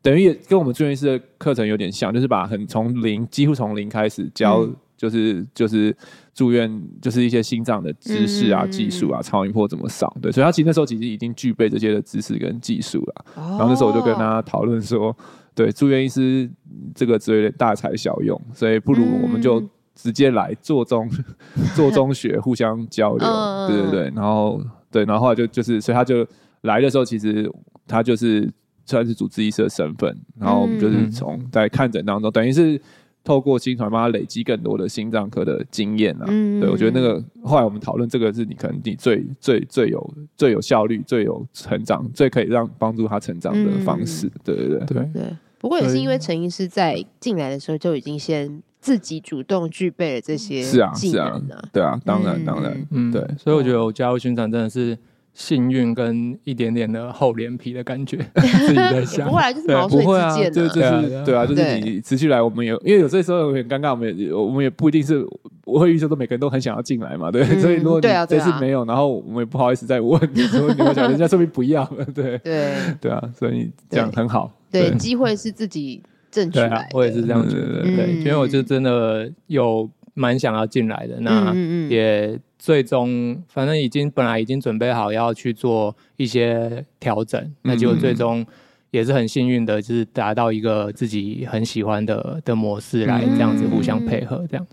A: 等于也跟我们住院医师的课程有点像，就是把很从零几乎从零开始教
B: 嗯，
A: 就是就是住院就是一些心脏的知识啊、
B: 嗯
A: 技术啊、超音波怎么上，对，所以他其实那时候其实已经具备这些的知识跟技术了。
B: 然
A: 然后那时候我就跟他讨论说，对，住院医师这个职位有点大材小用，所以不如我们就
B: 嗯
A: 直接来做 中做中学，互相交流，
B: 嗯
A: 对对对。然后对，然后后来就就是，所以他就来的时候，其实他就是算是主治医师的身份，然后我们就是
C: 嗯
A: 从在看诊当中，等于是透过新传帮他累积更多的心脏科的经验啊。
B: 嗯
A: 对，我觉得那个后来我们讨论这个是你可能你最最最有最有效率、最有成长、最可以让帮助他成长的方式。对对对，
C: 对，
B: 对，不过也是因为陈医师在进来的时候就已经先自己主动具备了这些
A: 是啊
B: 技
A: 是啊
B: 能了，
A: 对啊，当
B: 嗯
A: 然当然，，
C: 嗯
A: 对
C: 所以我觉
B: 哦
C: 得我加入巡场真的是幸运跟一点点的厚脸皮的感觉， 自 己在
B: 也
C: 想
B: 不。会啊，就是
A: 对
B: 毛
A: 不
B: 遂
A: 会啊，
B: 自
A: 这
B: 荐
A: 这
B: 的，
A: 是
C: 对
A: 对啊，就是
B: 对
A: 你持续来，我们也因为有这时候很尴尬，我们也我们也不一定是我会预测，说每个人都很想要进来嘛，对，
B: 嗯
A: 所以如果你
B: 对啊对
A: 这
B: 啊
A: 次没有，然后我们也不好意思再问，你说你会想人家说明不要了，对
B: 对
A: 对啊，所以你这样
B: 对
A: 很好，
B: 对，机会是自己争取
C: 对啊
B: 来，的，
C: 我也是这样觉
A: 对对
C: 得。
B: 对
C: 对，
B: 嗯
C: 因为我就真的有蛮想要进来的，那
B: 嗯嗯嗯
C: 也最终反正已经本来已经准备好要去做一些调整，那结果最终也是很幸运的，就是达到一个自己很喜欢的的模式来这样子互相配合，这样。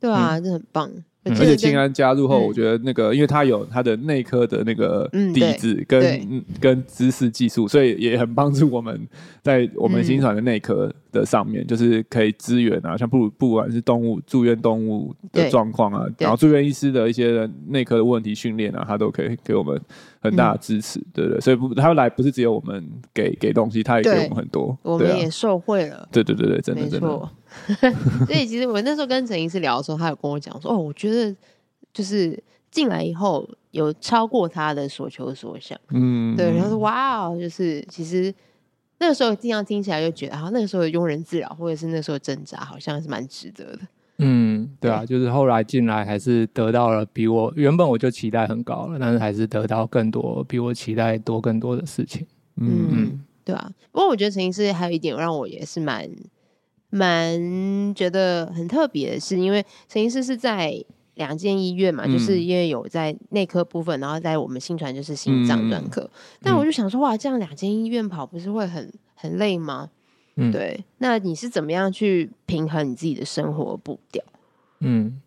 B: 对啊，这很棒。我记
A: 嗯而
B: 得
A: 且
B: 跟
A: 清安加入后，
B: 嗯
A: 我觉得那个，因为他有他的内科的那个
B: 嗯
A: 底子跟
B: 对
A: 嗯跟知识技术，所以也很帮助我们在我们
B: 嗯
A: 新传的内科的上面，就是可以支援啊，像不不管是动物住院动物的
B: 对
A: 状况啊，
B: 对
A: 然后住院医师的一些内科的问题训练啊，他都可以给我们很大
B: 嗯
A: 的支持，对不对？所以不，他来不是只有我们给给东西，他也给
B: 对
A: 我们很多，
B: 我
A: 对
B: 们
A: 啊
B: 也受惠了。
A: 对对对对，真的
B: 没
A: 真的，
B: 错，所以其实我那时候跟陈医师聊的时候，他有跟我讲说，哦，我觉得就是进来以后有超过他的所求所想，
A: 嗯，
B: 对，然后说哇哦，就是其实那个时候这样听起来就觉得，啊，那个时候的庸人自扰或者是那时候挣扎，好像是蛮值得的，
C: 嗯，对啊，就是后来进来还是得到了比我原本我就期待很高了，但是还是得到更多比我期待多更多的事情。
A: 嗯嗯
B: 嗯对啊。不过我觉得陈医师还有一点让我也是蛮蛮觉得很特别的是，因为陈医师是在。两间医院嘛，就是
A: 嗯
B: 因为有在内科部分，然后在我们新传就是心脏专
A: 嗯
B: 科。但我就想说，哇，这样两间医院跑不是会很很累吗？
C: 嗯
B: 对，那你是怎么样去平衡你自己的生活步调？
C: 嗯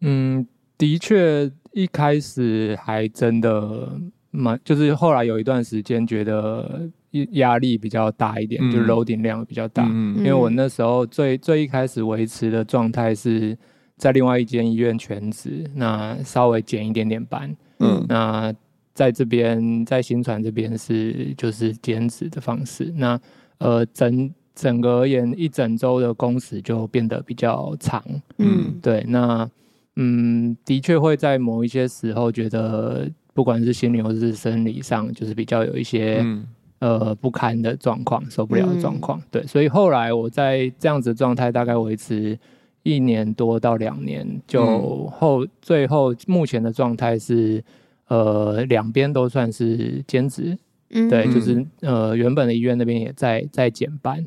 C: 嗯，的确，一开始还真的蛮，就是后来有一段时间觉得压压力比较大一点，
A: 嗯
C: 就 loading 量比较大，
A: 嗯
C: 因为我那时候最最一开始维持的状态是在另外一间医院全职，那稍微减一点点班，
A: 嗯
C: 那在这边在新传这边是就是兼职的方式，那呃整整个而言一整周的工时就变得比较长，
A: 嗯
C: 对，那嗯，的确会在某一些时候觉得，不管是心理或是生理上，就是比较有一些、
A: 嗯
C: 呃不堪的状况，受不了的状况。对，所以后来我在这样子的状态大概维持一年多到两年，就后、最后目前的状态是。呃，两边都算是兼职，
B: 嗯
C: 对，
A: 嗯
C: 就是呃，原本的医院那边也在在减班，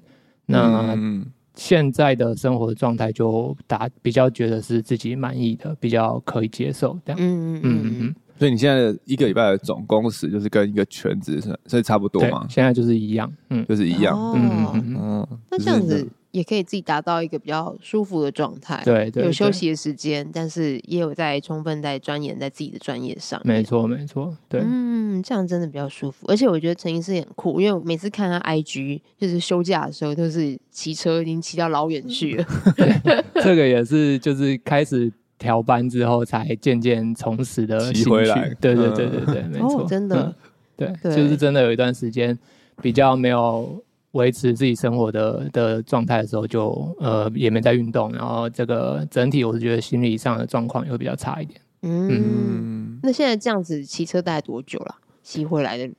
C: 那
A: 嗯
C: 现在的生活状态就达比较觉得是自己满意的，比较可以接受这样。
B: 嗯嗯
C: 嗯
B: 嗯
C: 嗯
B: 嗯
C: 嗯，
A: 所以你现在的一个礼拜的总工时就是跟一个全职是，所以差不多
C: 对
A: 嘛，，
C: 现在就是一样。嗯
A: 就是一样。
C: 嗯嗯
B: 哦，
C: 嗯嗯，
A: 嗯，
B: 那
A: 只
B: 这
A: 是
B: 样子也可以自己达到一个比较舒服的状态，，
C: 对对，
B: 有休
C: 对，
B: 息的时间，但是也有在充分在钻研在自己的专业上面。
C: 没错没错，对，
B: 嗯，这样真的比较舒服，而且我觉得陈医师也很酷，因为我每次看他 IG，就是休假的时候都是骑车，已经骑到老远去了。
C: 这个也是就是开始调班之后才渐渐重拾的
A: 骑
C: 兴
A: 回
C: 趣
A: 来。
C: 对对
A: 嗯
C: 对对对，没错
B: 哦，，真的，
C: 嗯，
B: 对
C: 对，就是真的有一段时间比较没有。维持自己生活的的状态的时候就，呃也没在运动，然后这个整体我是觉得心理上的状况也会比较差一点。
B: 嗯
A: 嗯，
B: 那现在这样子骑车大概多久了？骑回来的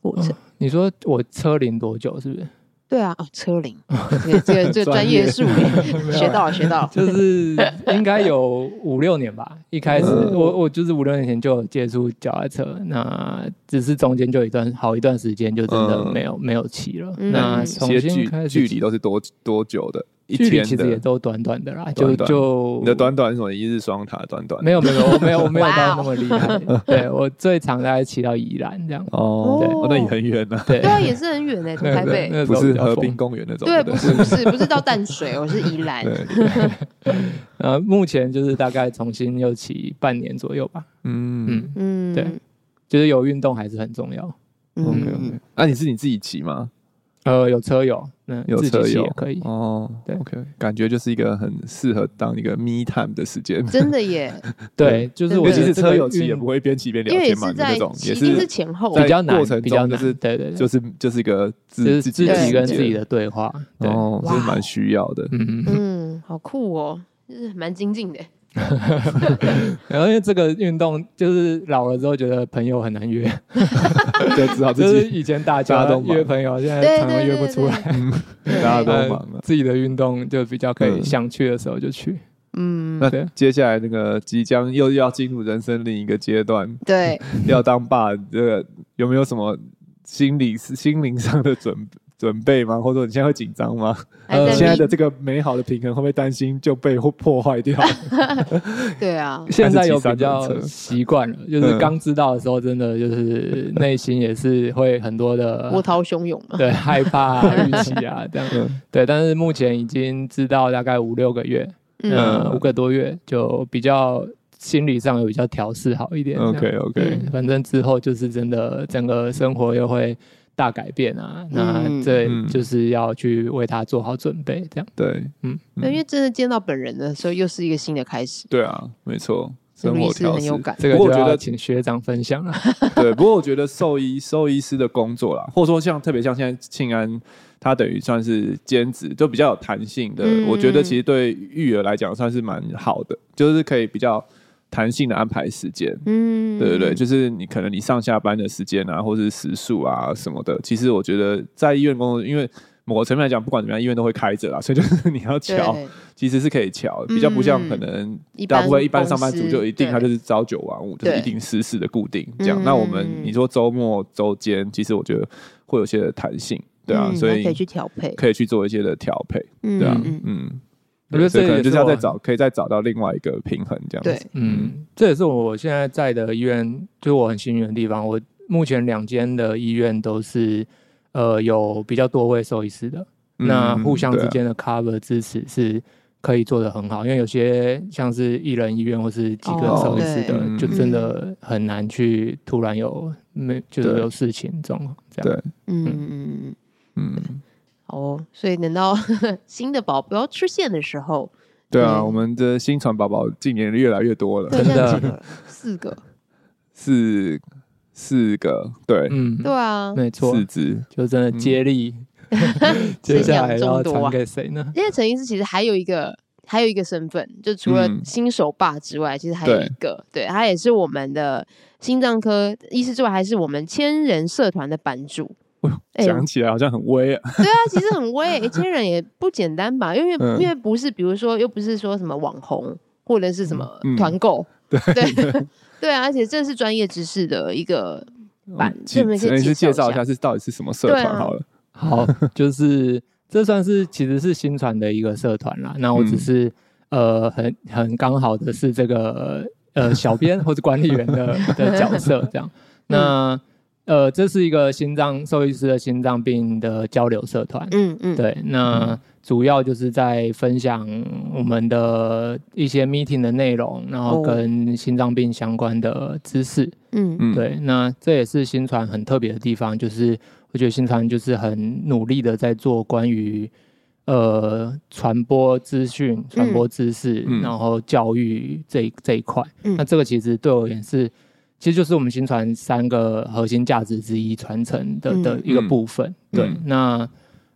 B: 过程？
C: 你说我车龄多久？是不是？
B: 对啊，哦，车龄，这个这个这个专业术语学到了，学到了。
C: 就是应该有五六年吧。一开始
A: 嗯
C: 我我就是五六年前就有接触脚踏车，那只是中间就有一段好一段时间就真的
A: 嗯
C: 没有、没有骑了。
B: 嗯
C: 那
B: 嗯
C: 重
A: 其实
C: 新
A: 距
C: 开始
A: 距离
C: 骑
A: 都是多多久的？一
C: 距离
A: 天
C: 其实也
A: 的？
C: 都短短的啦，
A: 短短
C: 就就
A: 你的短短是什么？一日双塔短短
C: 没有没有我没有我没有
B: 哇哦
C: 到那么厉 害。对我最长大概骑到宜兰这样。
A: 哦
B: 对
A: 哦，那也很远呢，
C: 对
B: 对，啊，也是很远的，从 台北。
C: 那时
A: 不
C: 候
A: 是
C: 比较
A: 河
C: 疯
A: 滨公园那种，
B: 对，
A: 不
B: 不是不是不是到淡水，我是宜兰。
A: 对，
C: 呃，目前就是大概重新又骑半年左右吧。
A: 嗯
C: 嗯，
B: 嗯，
C: 对就是有运动还是很重要。
A: ，OK
B: 嗯
A: OK，，那啊你是你自己骑吗？
C: 呃，有车友，嗯，
A: 有
C: 自己
A: 车
C: 骑
A: 友
C: 也可以。
A: 哦，
C: 对
A: ，OK，感觉就是一个很适合当一个 me time 的时间，
B: 真的耶，
C: 对，就是
B: 真
C: 我
A: 尤
B: 的
A: 其
C: 觉
A: 是
C: 得这个
A: 车友骑也
C: 运
A: 不会边骑边聊
B: 因为也
A: 天嘛，
B: 是
A: 你们
B: 在
A: 那种
B: 骑，
A: 也
B: 一定
A: 是
B: 是前后
A: 在
C: 比较
A: 过
C: 难，
A: 程
C: 比较
A: 中就
C: 难
A: 是
C: 对对，对
A: 就是就是一个
C: 就是
A: 自
C: 自
B: 的
C: 己
A: 时
C: 跟
A: 间
C: 自己的对话，对，
A: 哦，
B: 哇
A: 这蛮需要的。
C: 嗯，嗯
B: 嗯，好酷哦，就是蛮精进的。
C: 然后因为这个运动就是老了之后觉得朋友很难约，
A: 就只哦好自
C: 就是
A: 己，
C: 以前大
A: 大
C: 家
A: 家都忙
C: 约朋友，现
B: 对
C: 在常常
B: 对
C: 约
B: 对
C: 不出来，
B: 对，对
A: 大家都
C: 呃
A: 忙了。
C: 自己的运动就比较可以
A: 嗯
C: 想去的时候就去，
B: 嗯，
A: 那
C: 对
A: 接下来那个即将又要进入人生另一个阶段，
B: 对，
A: 要当爸，这个有没有什么心理心灵上的准准备吗？或者说你现在会紧张吗？
B: 还
C: 呃
B: 在
A: 现在
B: 逼
A: 的这个美好的平衡会不会担心就被破破坏掉？
B: 对啊，
C: 现在有
A: 还
C: 比
A: 是骑三轮车
C: 较习惯了，就是
A: 嗯
C: 刚知道的时候，真的就是内心也是会很多的
B: 波涛汹涌嘛。
C: 对害怕、啊、预期啊这样。
A: 嗯
C: 对，但是目前已经知道大概五六个月，嗯，
A: 嗯
C: 五个多月就比较心理上有比较调试好一点。这样
A: ，OK OK，
C: 嗯反正之后就是真的整个生活又会大改变啊，
B: 嗯
C: 那这
A: 嗯
C: 就是要去为他做好准备，这样。
A: 对，
C: 嗯
B: 对因为真的见到本人的时候，又是一个新的开始。
A: 对啊，没错，
B: 这
A: 生
B: 个意
A: 活
B: 思
A: 调
B: 很
A: 试
B: 有感，
C: 这个
A: 不过我
C: 就
A: 觉
C: 要
A: 得
C: 请学长分享啊了。
A: 对，不过我觉得兽医兽医师的工作啦，或者说像特别像现在庆安，他等于算是兼职，就比较有弹性的。
B: 嗯
A: 我觉得其实对育儿来讲算是蛮好的，就是可以比较弹性的安排时间。
B: 嗯，
A: 对对对，就是你可能你上下班的时间啊，或是时数啊什么的，其实我觉得在医院工作，因为某个层面来讲，不管怎么样，医院都会开着啦，所以就是你要
B: 对嗯
A: 瞧，其实是可以瞧，比较不像可能
B: 一般
A: 大部分啊一般上班族就一定
B: 公司
A: 他就是朝九晚五，就是
B: 对
A: 一定时事的固定这样
B: 嗯。
A: 那我们你说周末周间，其实我觉得会有些的弹性，对啊，
B: 嗯
A: 所
B: 还可以
A: 以
B: 去调配，
A: 可以去做一些的调配，
B: 对
A: 对啊，
B: 嗯，
A: 嗯，
C: 我觉得
A: 所以
C: 这
A: 可能
C: 也
A: 就是是要
C: 我
A: 再找，可以再找到另外一个平衡这样
B: 对
A: 子，，
C: 嗯，这也是我现在在的医院，就是我很幸运的地方。我目前两间的医院都是呃有比较多位兽医师的，
A: 嗯
C: 那互相
A: 对啊
C: 之间的 cover 支持是可以做得很好，因为有些像是一人医院或是几个
B: 哦
C: 兽医师
A: 对
C: 的，就真的很难去突然有没就是
A: 嗯对
C: 有事情这种这
A: 对
C: 样。
B: 嗯嗯嗯，
A: 嗯。
B: 好哦。所以等到新的宝宝出现的时候，
A: 对啊，
B: 嗯
A: 我们的新传宝宝近年越来越多了，
B: 对，
C: 真
B: 现在
C: 的
B: 几个了？四个，
A: 四四个，对，
C: 嗯，
B: 对啊。
C: 没错
A: 四，只，
C: 就真的接力，
A: 嗯
C: 接下来要
B: 啊
C: 传给谁呢？
B: 现在陈医师其实还有一个。还有一个身份，就除了
A: 嗯
B: 新手爸之外，其实还有
A: 对
B: 一个，对他也是我们的心脏科医师之外，还是我们千人社团的版主。哎
A: 哦讲起来好像很威啊，
B: 对啊，其实很威、欸，千人也不简单吧？因为、
A: 嗯
B: 因为不是，比如说又不是说什么网红或者是什么
A: 嗯嗯
B: 团购，对对啊，而且这是专业知识的一个版，
A: 其
B: 这边
A: 实嗯
B: 先
A: 你是介绍
B: 一
A: 一下是到底是什么社
B: 对啊
A: 团好了，
C: 好，就是这算是其实是新传的一个社团啦。那我
B: 嗯
C: 只是、呃很很刚好的是这个呃小编或者管理员的的角色这样。
B: 嗯
C: 那呃这是一个心脏兽医师的心脏病的交流社团。
B: 嗯嗯，
C: 对，那主要就是在分享我们的一些 meeting 的内容，然后
B: 哦
C: 跟心脏病相关的知识。
B: 嗯
A: 嗯，
C: 对，那这也是新传很特别的地方，就是我觉得新传就是很努力的在做关于呃传播资讯、传播知识，
A: 嗯
C: 然后教育这一这一块。
B: 嗯
C: 那这个其实对我也是，其实就是我们新传三个核心价值之一传承的的
B: 嗯
C: 一个
A: 嗯
C: 部分。对，
A: 嗯
C: 那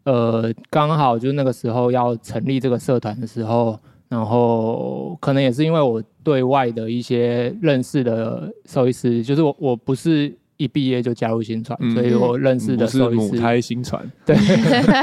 C: 呃刚好就是那个时候要成立这个社团的时候。然后可能也是因为我对外的一些认识的兽医师，就是我我不是一毕业就加入新传，
A: 嗯
C: 所以我认识
A: 不
C: 的
A: 是
C: 兽医
A: 母
C: 师，
A: 胎新传，
C: 对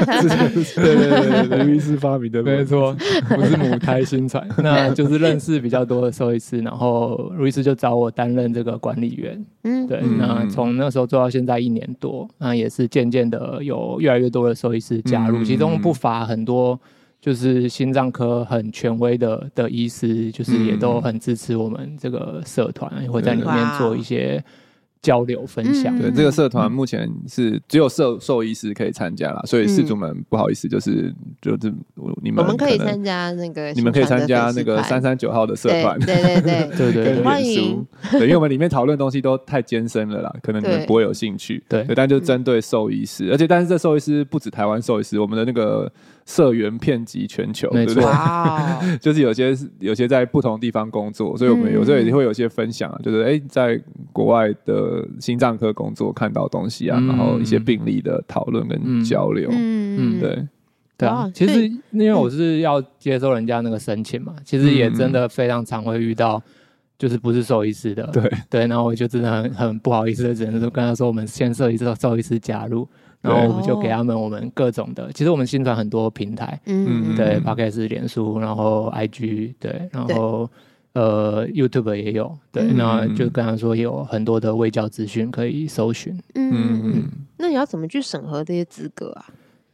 A: 对对对对，刘医师发明的，
C: 没，错，不是母胎新传， 那就是认识比较多的兽医师，然后路易斯就找我担任这个管理员，
B: 嗯，
C: 对，
A: 嗯
C: 那从那时候做到现在一年多，那也是渐渐的有越来越多的兽医师加入，
A: 嗯
C: 其中不乏很多就是心脏科很权威的的医师，就是也
A: 嗯
C: 都很支持我们这个社团，也会在里面
B: 哇哦
C: 做一些交流分享。
B: 嗯
A: 对，这个社团目前是只有兽兽医师可以参加啦，所以事主们不好意思，就是就是你
B: 我
A: 们
B: 们可以
A: 能
B: 参加那个
A: 你们可以
B: 新
A: 参
B: 传的
A: 加
B: 粉丝
A: 那个
B: 团
A: 三三九号的社
B: 对
A: 团，
B: 对对 对
C: 对对
A: 跟
C: 对，
B: 欢
A: 脸
B: 迎
A: 书，对，因为我们里面讨论的东西都太艰深了啦，可能你
B: 对
A: 们不会有兴趣。
C: 对
A: 但就是针对兽医师，而且但是这兽医师不止台湾兽医师，我们的那个社员遍及全球，
C: 没
A: 对不
C: 错
A: 对？
B: 哇哦，
A: 就是有些是有些在不同地方工作，所以我们
B: 嗯
A: 有时候也会有一些分享啊，就是哎，在国外的心脏科工作看到东西啊，
C: 嗯
A: 然后一些病例的讨论跟
C: 嗯
A: 交流，
B: 嗯，
A: 对，
C: 对
B: 哇
C: 啊，
D: 哦
C: 其
B: 所
C: 实
B: 以
D: 嗯
C: 因为我是要接收人家那个申请嘛，其实也真
A: 嗯
C: 的非常常会遇到，就是不是兽医师的，
A: 对
C: 对，然后我就真的很很不好意思的，只能说跟他说我们先设一次兽医师加入，然后我们就给他们我们各种
D: 哦
C: 的，其实我们宣传很多平台，
B: 嗯，
A: 嗯
C: 对 p o d c a s 脸书，然后 IG，对，然后。呃，YouTube 也有，对，
B: 嗯
C: 那就跟他说有很多的卫教资讯可以搜寻。
B: 嗯嗯嗯，
A: 嗯
B: 那你要怎么去审核这些资格啊？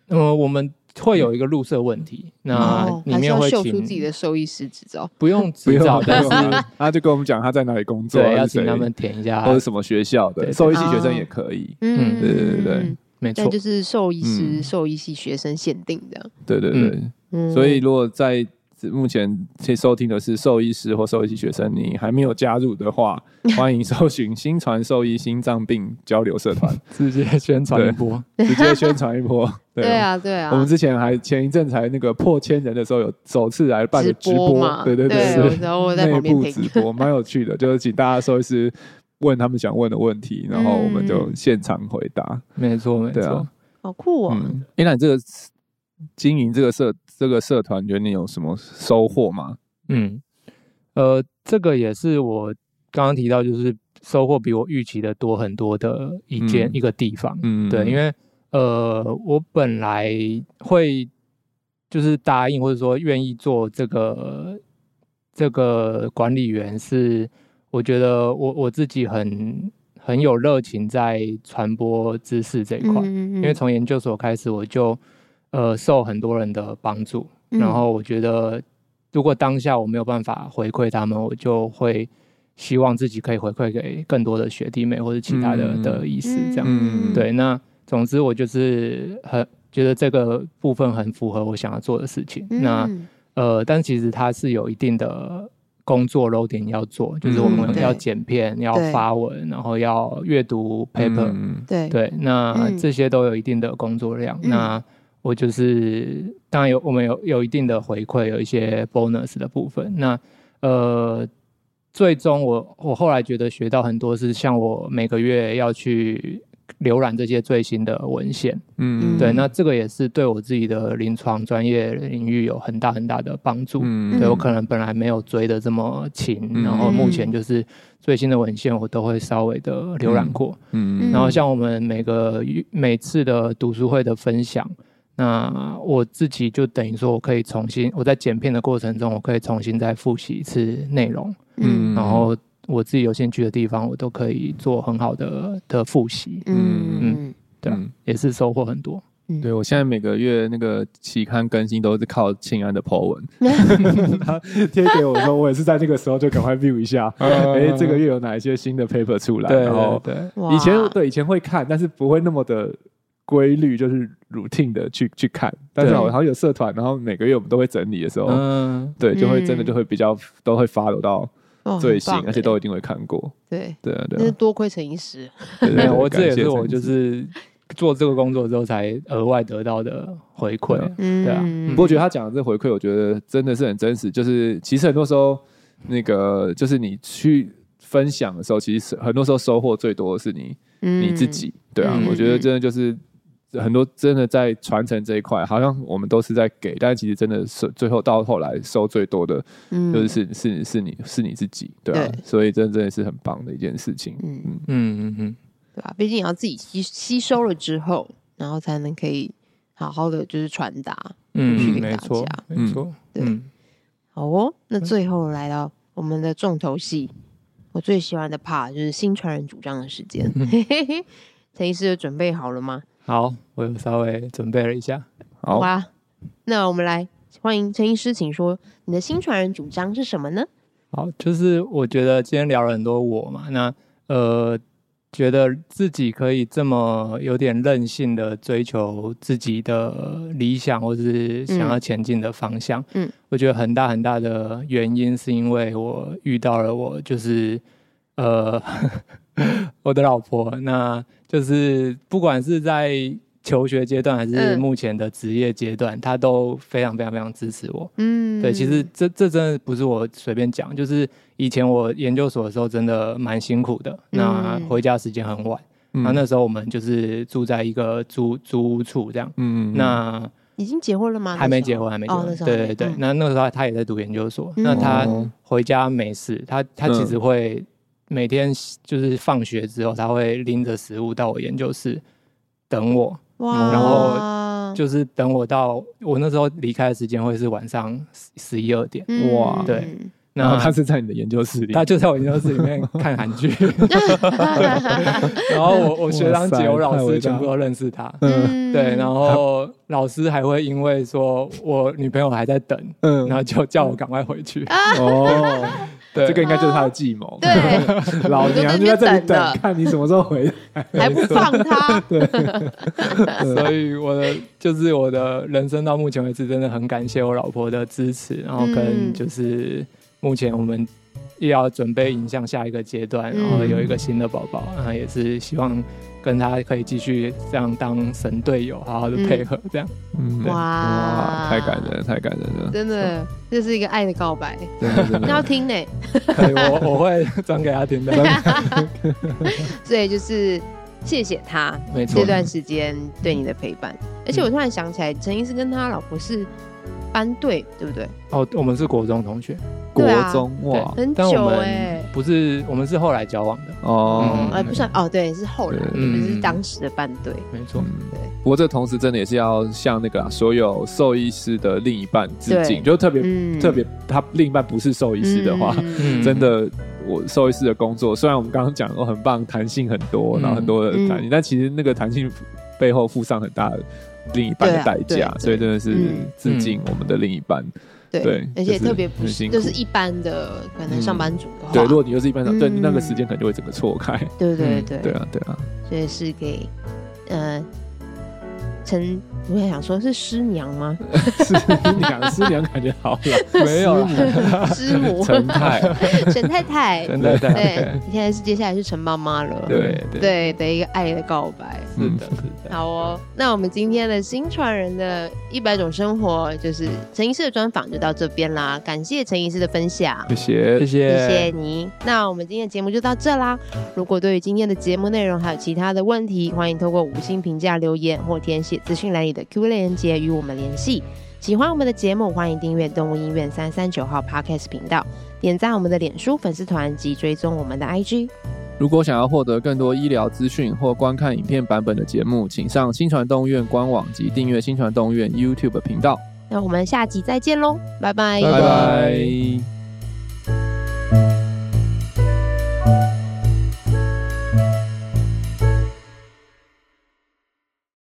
C: 呃，我们会有一个入社问题，那
B: 哦
C: 啊
D: 嗯还
C: 里
D: 是
C: 面
D: 要
C: 会
D: 秀出自己
C: 请
D: 的兽医师执照。
C: 不用
A: 不
C: 执
A: 用
C: 照，但
A: 不用
C: 是
A: 啊他就跟我们讲他在哪里工作，
C: 对，
A: 他
C: 要
A: 是谁哦
C: 请他们填一下
A: 或，者什么学校
C: 对
A: 的
C: 对
A: 兽医系
B: 哦
A: 学生也可以。
C: 嗯
A: 对对对
D: 嗯，
C: 没错
D: 但，就是兽医师、
A: 嗯
D: 兽医系学生限定的。
A: 对对对，
D: 嗯
A: 所以如果在目前收听的是兽医师或兽医系学生，你还没有加入的 话，欢迎搜寻“新传兽医心脏病交流社团
C: 直接宣传
A: 对
C: 一波，”，
A: 直接宣传一波。
D: 对啊，对啊，
A: 我们之前还前一阵才那个破千人的时候，有首次来办个直
D: 播
A: 播
D: 嘛，，
A: 对对
D: 对，
A: 对，
D: 我
A: 是
D: 知道我在
A: 内
D: 旁边
A: 部直
D: 听。
A: 播，蛮有趣 的，就是请大家收一次问他们想问的问题，然后我们就
D: 嗯
A: 现场回答。
C: 没错没
A: 对啊
C: 错。
D: 好酷哦！
A: 嗯，哎，那你这个经营这个社这个社团，你觉得你有什么收获吗？
C: 嗯，呃，这个也是我刚刚提到，就是收获比我预期的多很多的一件、
A: 嗯
C: 一个地方。
A: 嗯，
C: 对，因为呃，我本来会就是答应或者说愿意做这个这个管理员是，我觉得我我自己很很有热情在传播知识这一
B: 嗯
C: 块，
D: 因
C: 因
A: 嗯
C: 为从研究所开始我就呃受很多人的帮助，
D: 嗯
A: 嗯
C: 然后我觉得，如果当下我没有办法回馈他们，我就会希望自己可以回馈给更多的学弟妹或者其他的、
A: 嗯
C: 的医师这样。
A: 嗯
C: 对，那总之我就是很觉得这个部分很符合我想要做的事情。
D: 嗯
A: 嗯
C: 那呃，但其实它是有一定的工作 loading 要做，就是我
A: 嗯
C: 们
A: 对
C: 要剪片、要
D: 对
C: 发文，然后要阅读 paper，、
A: 嗯
D: 对
C: 对，那
D: 嗯
C: 这些都有一定的工作量。
D: 嗯
C: 那我就是当然有我们有有一定的回馈，有一些 bonus 的部分。那呃，最终我我后来觉得学到很多是像我每个月要去浏览这些最新的文献，
A: 嗯
C: 对，那这个也是对我自己的临床专业领域有很大很大的帮助。
A: 嗯
C: 对我可能本来没有追的这么勤，
A: 嗯
C: 然后目前就是最新的文献我都会稍微的浏览过。
A: 嗯
C: 然后像我们每个每次的读书会的分享，那我自己就等于说我可以重新，我在剪片的过程中，我可以重新再复习一次内容，
A: 嗯
C: 然后我自己有兴趣的地方，我都可以做很好的的复习，
D: 嗯
C: 对啊
A: 嗯
C: 也是收获很多。
D: 嗯
A: 对，我现在每个月那个期刊更新都是靠庆安的 po 文， 他贴给我说，我也是在那个时候就赶快 view 一 下，哎，这个月有哪一些新的 paper 出来，
C: 嗯对
A: 然后
C: 对对
D: 哇
A: 以前对以前会看，但是不会那么的规律，就是 routine 的去去看。但是
C: 对
A: 好像有社团，然后每个月我们都会整理的时候，
C: 嗯，
A: 对，就会
D: 嗯
A: 真的就会比较都会 follow 到
D: 哦
A: 最
D: 很
A: 新，
D: 棒
A: 而且
D: 哎
C: 欸
A: 都一定会看过。
D: 对，
A: 对啊，
D: 那
A: 对
D: 是
A: 啊，
D: 多亏陈医师，
A: 对对
C: 没有，
A: 对
C: 我这也
A: 感谢
C: 是我
A: 陈
C: 就
A: 子
C: 是做这个工作之后才额外得到的回馈。
A: 对啊
D: 嗯
C: 啊
A: 不过我觉得他讲的这回馈，我觉得真的是很真实。就是其实很多时候，那个就是你去分享的时候，其实很多时候收获最多的是你你自，己。对啊，
D: 嗯
A: 我觉得真的就是很多真的在传承这一块，好像我们都是在给，但其实真的是最后到后来收最多的，
D: 嗯
A: 就是是是是你是你自己，对啊
D: 对，
A: 所以真的真的是很棒的一件事情。
D: 嗯
A: 嗯，
C: 嗯嗯嗯，
D: 对吧？毕竟也要自己吸吸收了之后，然后才能可以好好的就是传达。
A: 去
C: 嗯，
D: 给
C: 没
D: 大
C: 错
D: 家，
C: 没错，
D: 对
C: 嗯。
D: 好哦，那最后来到我们的重头戏，我最喜欢的 part 就是新传人主张的时间。
C: 嗯
D: 陈医师有准备好了吗？
C: 好，我有稍微准备了一下。
A: 好，
D: 哇，那我们来欢迎陈医师，请说你的新传人主张是什么呢？
C: 好，就是我觉得今天聊了很多我嘛，那呃，觉得自己可以这么有点任性的追求自己的理想或是想要前进的方向。
D: 嗯，
C: 我觉得很大很大的原因是因为我遇到了我就是呃 我的老婆，那就是不管是在求学阶段还是
D: 嗯
C: 目前的职业阶段，她都非常非常非常支持我。
D: 嗯，
C: 对，其实这这真的不是我随便讲，就是以前我研究所的时候真的蛮辛苦的，那
D: 嗯
C: 回家时间很晚，
A: 嗯
C: 然后那时候我们就是住在一个租租屋处这样，
A: 嗯
C: 那
D: 已经结婚了吗？
C: 还没结
D: 婚，
C: 婚，还没结
D: 哦
C: 婚，
D: 啊那时候
C: 对
D: 还
C: 对
D: 没
C: 对
D: 嗯，
C: 那那个时候他也在读研究所，
D: 嗯
C: 那他
A: 哦嗯
C: 回家没事，他他其实会每天就是放学之后，他会拎着食物到我研究室等我，
D: 哇，
C: 然
D: 嗯
C: 后就是等我到我那时候离开的时间会是晚上十十一二点。
D: 嗯
A: 哇
C: 对，
A: 然后
C: 那
A: 他是在你的研究室里，
C: 他就在我研究室里面看韩剧，然后我我学长
A: 哇
C: 姐
A: 塞
C: 我老
A: 太伟大
C: 师全部都认识他，
A: 嗯
C: 对，然后老师还会因为说我女朋友还在等，
A: 嗯
C: 然后就叫我赶快回去，
A: 哦，
C: 对，
A: 这个应该就是他的计谋。
B: 对，
A: 老娘就在这
B: 我都在那边
A: 里
B: 等了
A: 等，看你什么时候回来。
B: 还不放他，
C: 所以我的就是我的人生到目前为止，真的很感谢我老婆的支持，然后跟
B: 嗯
C: 就是目前我们也要准备迎向下一个阶段，
B: 嗯
C: 然后有一个新的宝宝，然后也是希望跟他可以继续这样当神队友，好好的配合这样。
A: 嗯
B: 哇
A: 哇太感人了，太感人了，
B: 真
A: 嗯
B: 的，这是一个爱的告白，
A: 真的真
B: 要
A: 的。
B: 听呢。
C: 可以，我我会 转给他 听的，
B: 所以就是谢谢他
C: 没
B: 这
C: 错。
B: 段时间对你的陪伴。而
A: 嗯
B: 且我突然想起来，陈医师跟他老婆是班队，对不对？
C: 哦，我们是国中同学，
A: 国
B: 对啊
A: 中
C: 对
A: 哇，
B: 很
C: 但我
B: 久
C: 们
B: 欸
C: 不是，我们是后来交往的，
A: 哦
C: 嗯，
B: 哎，不算哦，对，是后来，
A: 对
B: 你们是当时的班队。
C: 没错。
A: 嗯不过这同时真的也是要向那个啊所有兽医师的另一半致敬，
B: 对
A: 就特别、
B: 嗯
A: 特别他另一半不是兽医师的话，
C: 嗯
A: 真的我兽医师的工作，虽然我们刚刚讲哦很棒，弹性很多，
C: 嗯
A: 然后很多的弹性，但其实那个弹性背后付上很大的另一半的代
B: 对
A: 价，
B: 啊对
A: 所以真的是
B: 嗯
A: 致敬我们的另一半。对
B: 对，而
A: 就
B: 且
A: 是
B: 特别不
A: 很
B: 是
A: 辛
B: 就
A: 苦
B: 是一般的可能上班族的话，
A: 对，如果你又是一般上，对
B: 嗯
A: 那个时间可能就会整个错开。
B: 对对
C: 嗯
B: 对
A: 对啊，对啊，
B: 所以是给呃陈，我也想说是师娘 吗？
A: 师娘，师娘感觉好老，
C: 没有啦
B: 师母
A: 陈 太，
B: 陈太太，
C: 真的，
B: 对，现在是接下来是陈妈妈了，
A: 对对
B: 对的一个爱的告白。
C: 是的，是的。
B: 好哦，那我们今天的新传人的一百种生活，就是陈医师的专访就到这边啦，感谢陈医师的分享。
A: 谢谢
C: 谢。谢，
B: 谢谢你。那我们今天的节目就到这啦。如果对于今天的节目内容还有其他的问题，欢迎透过五星评价留言或填写资讯栏里的 Q 类链接与我们联系。喜欢我们的节目，欢迎订阅动物医院三三九号 Podcast 频道，点赞我们的脸书粉丝团及追踪我们的 IG。
A: 如果想要获得更多医疗资讯或观看影片版本的节目，请上新传动物院官网及订阅新传动物院 YouTube 频道。
B: 那我们下集再见喽，拜拜
C: 拜
A: 拜拜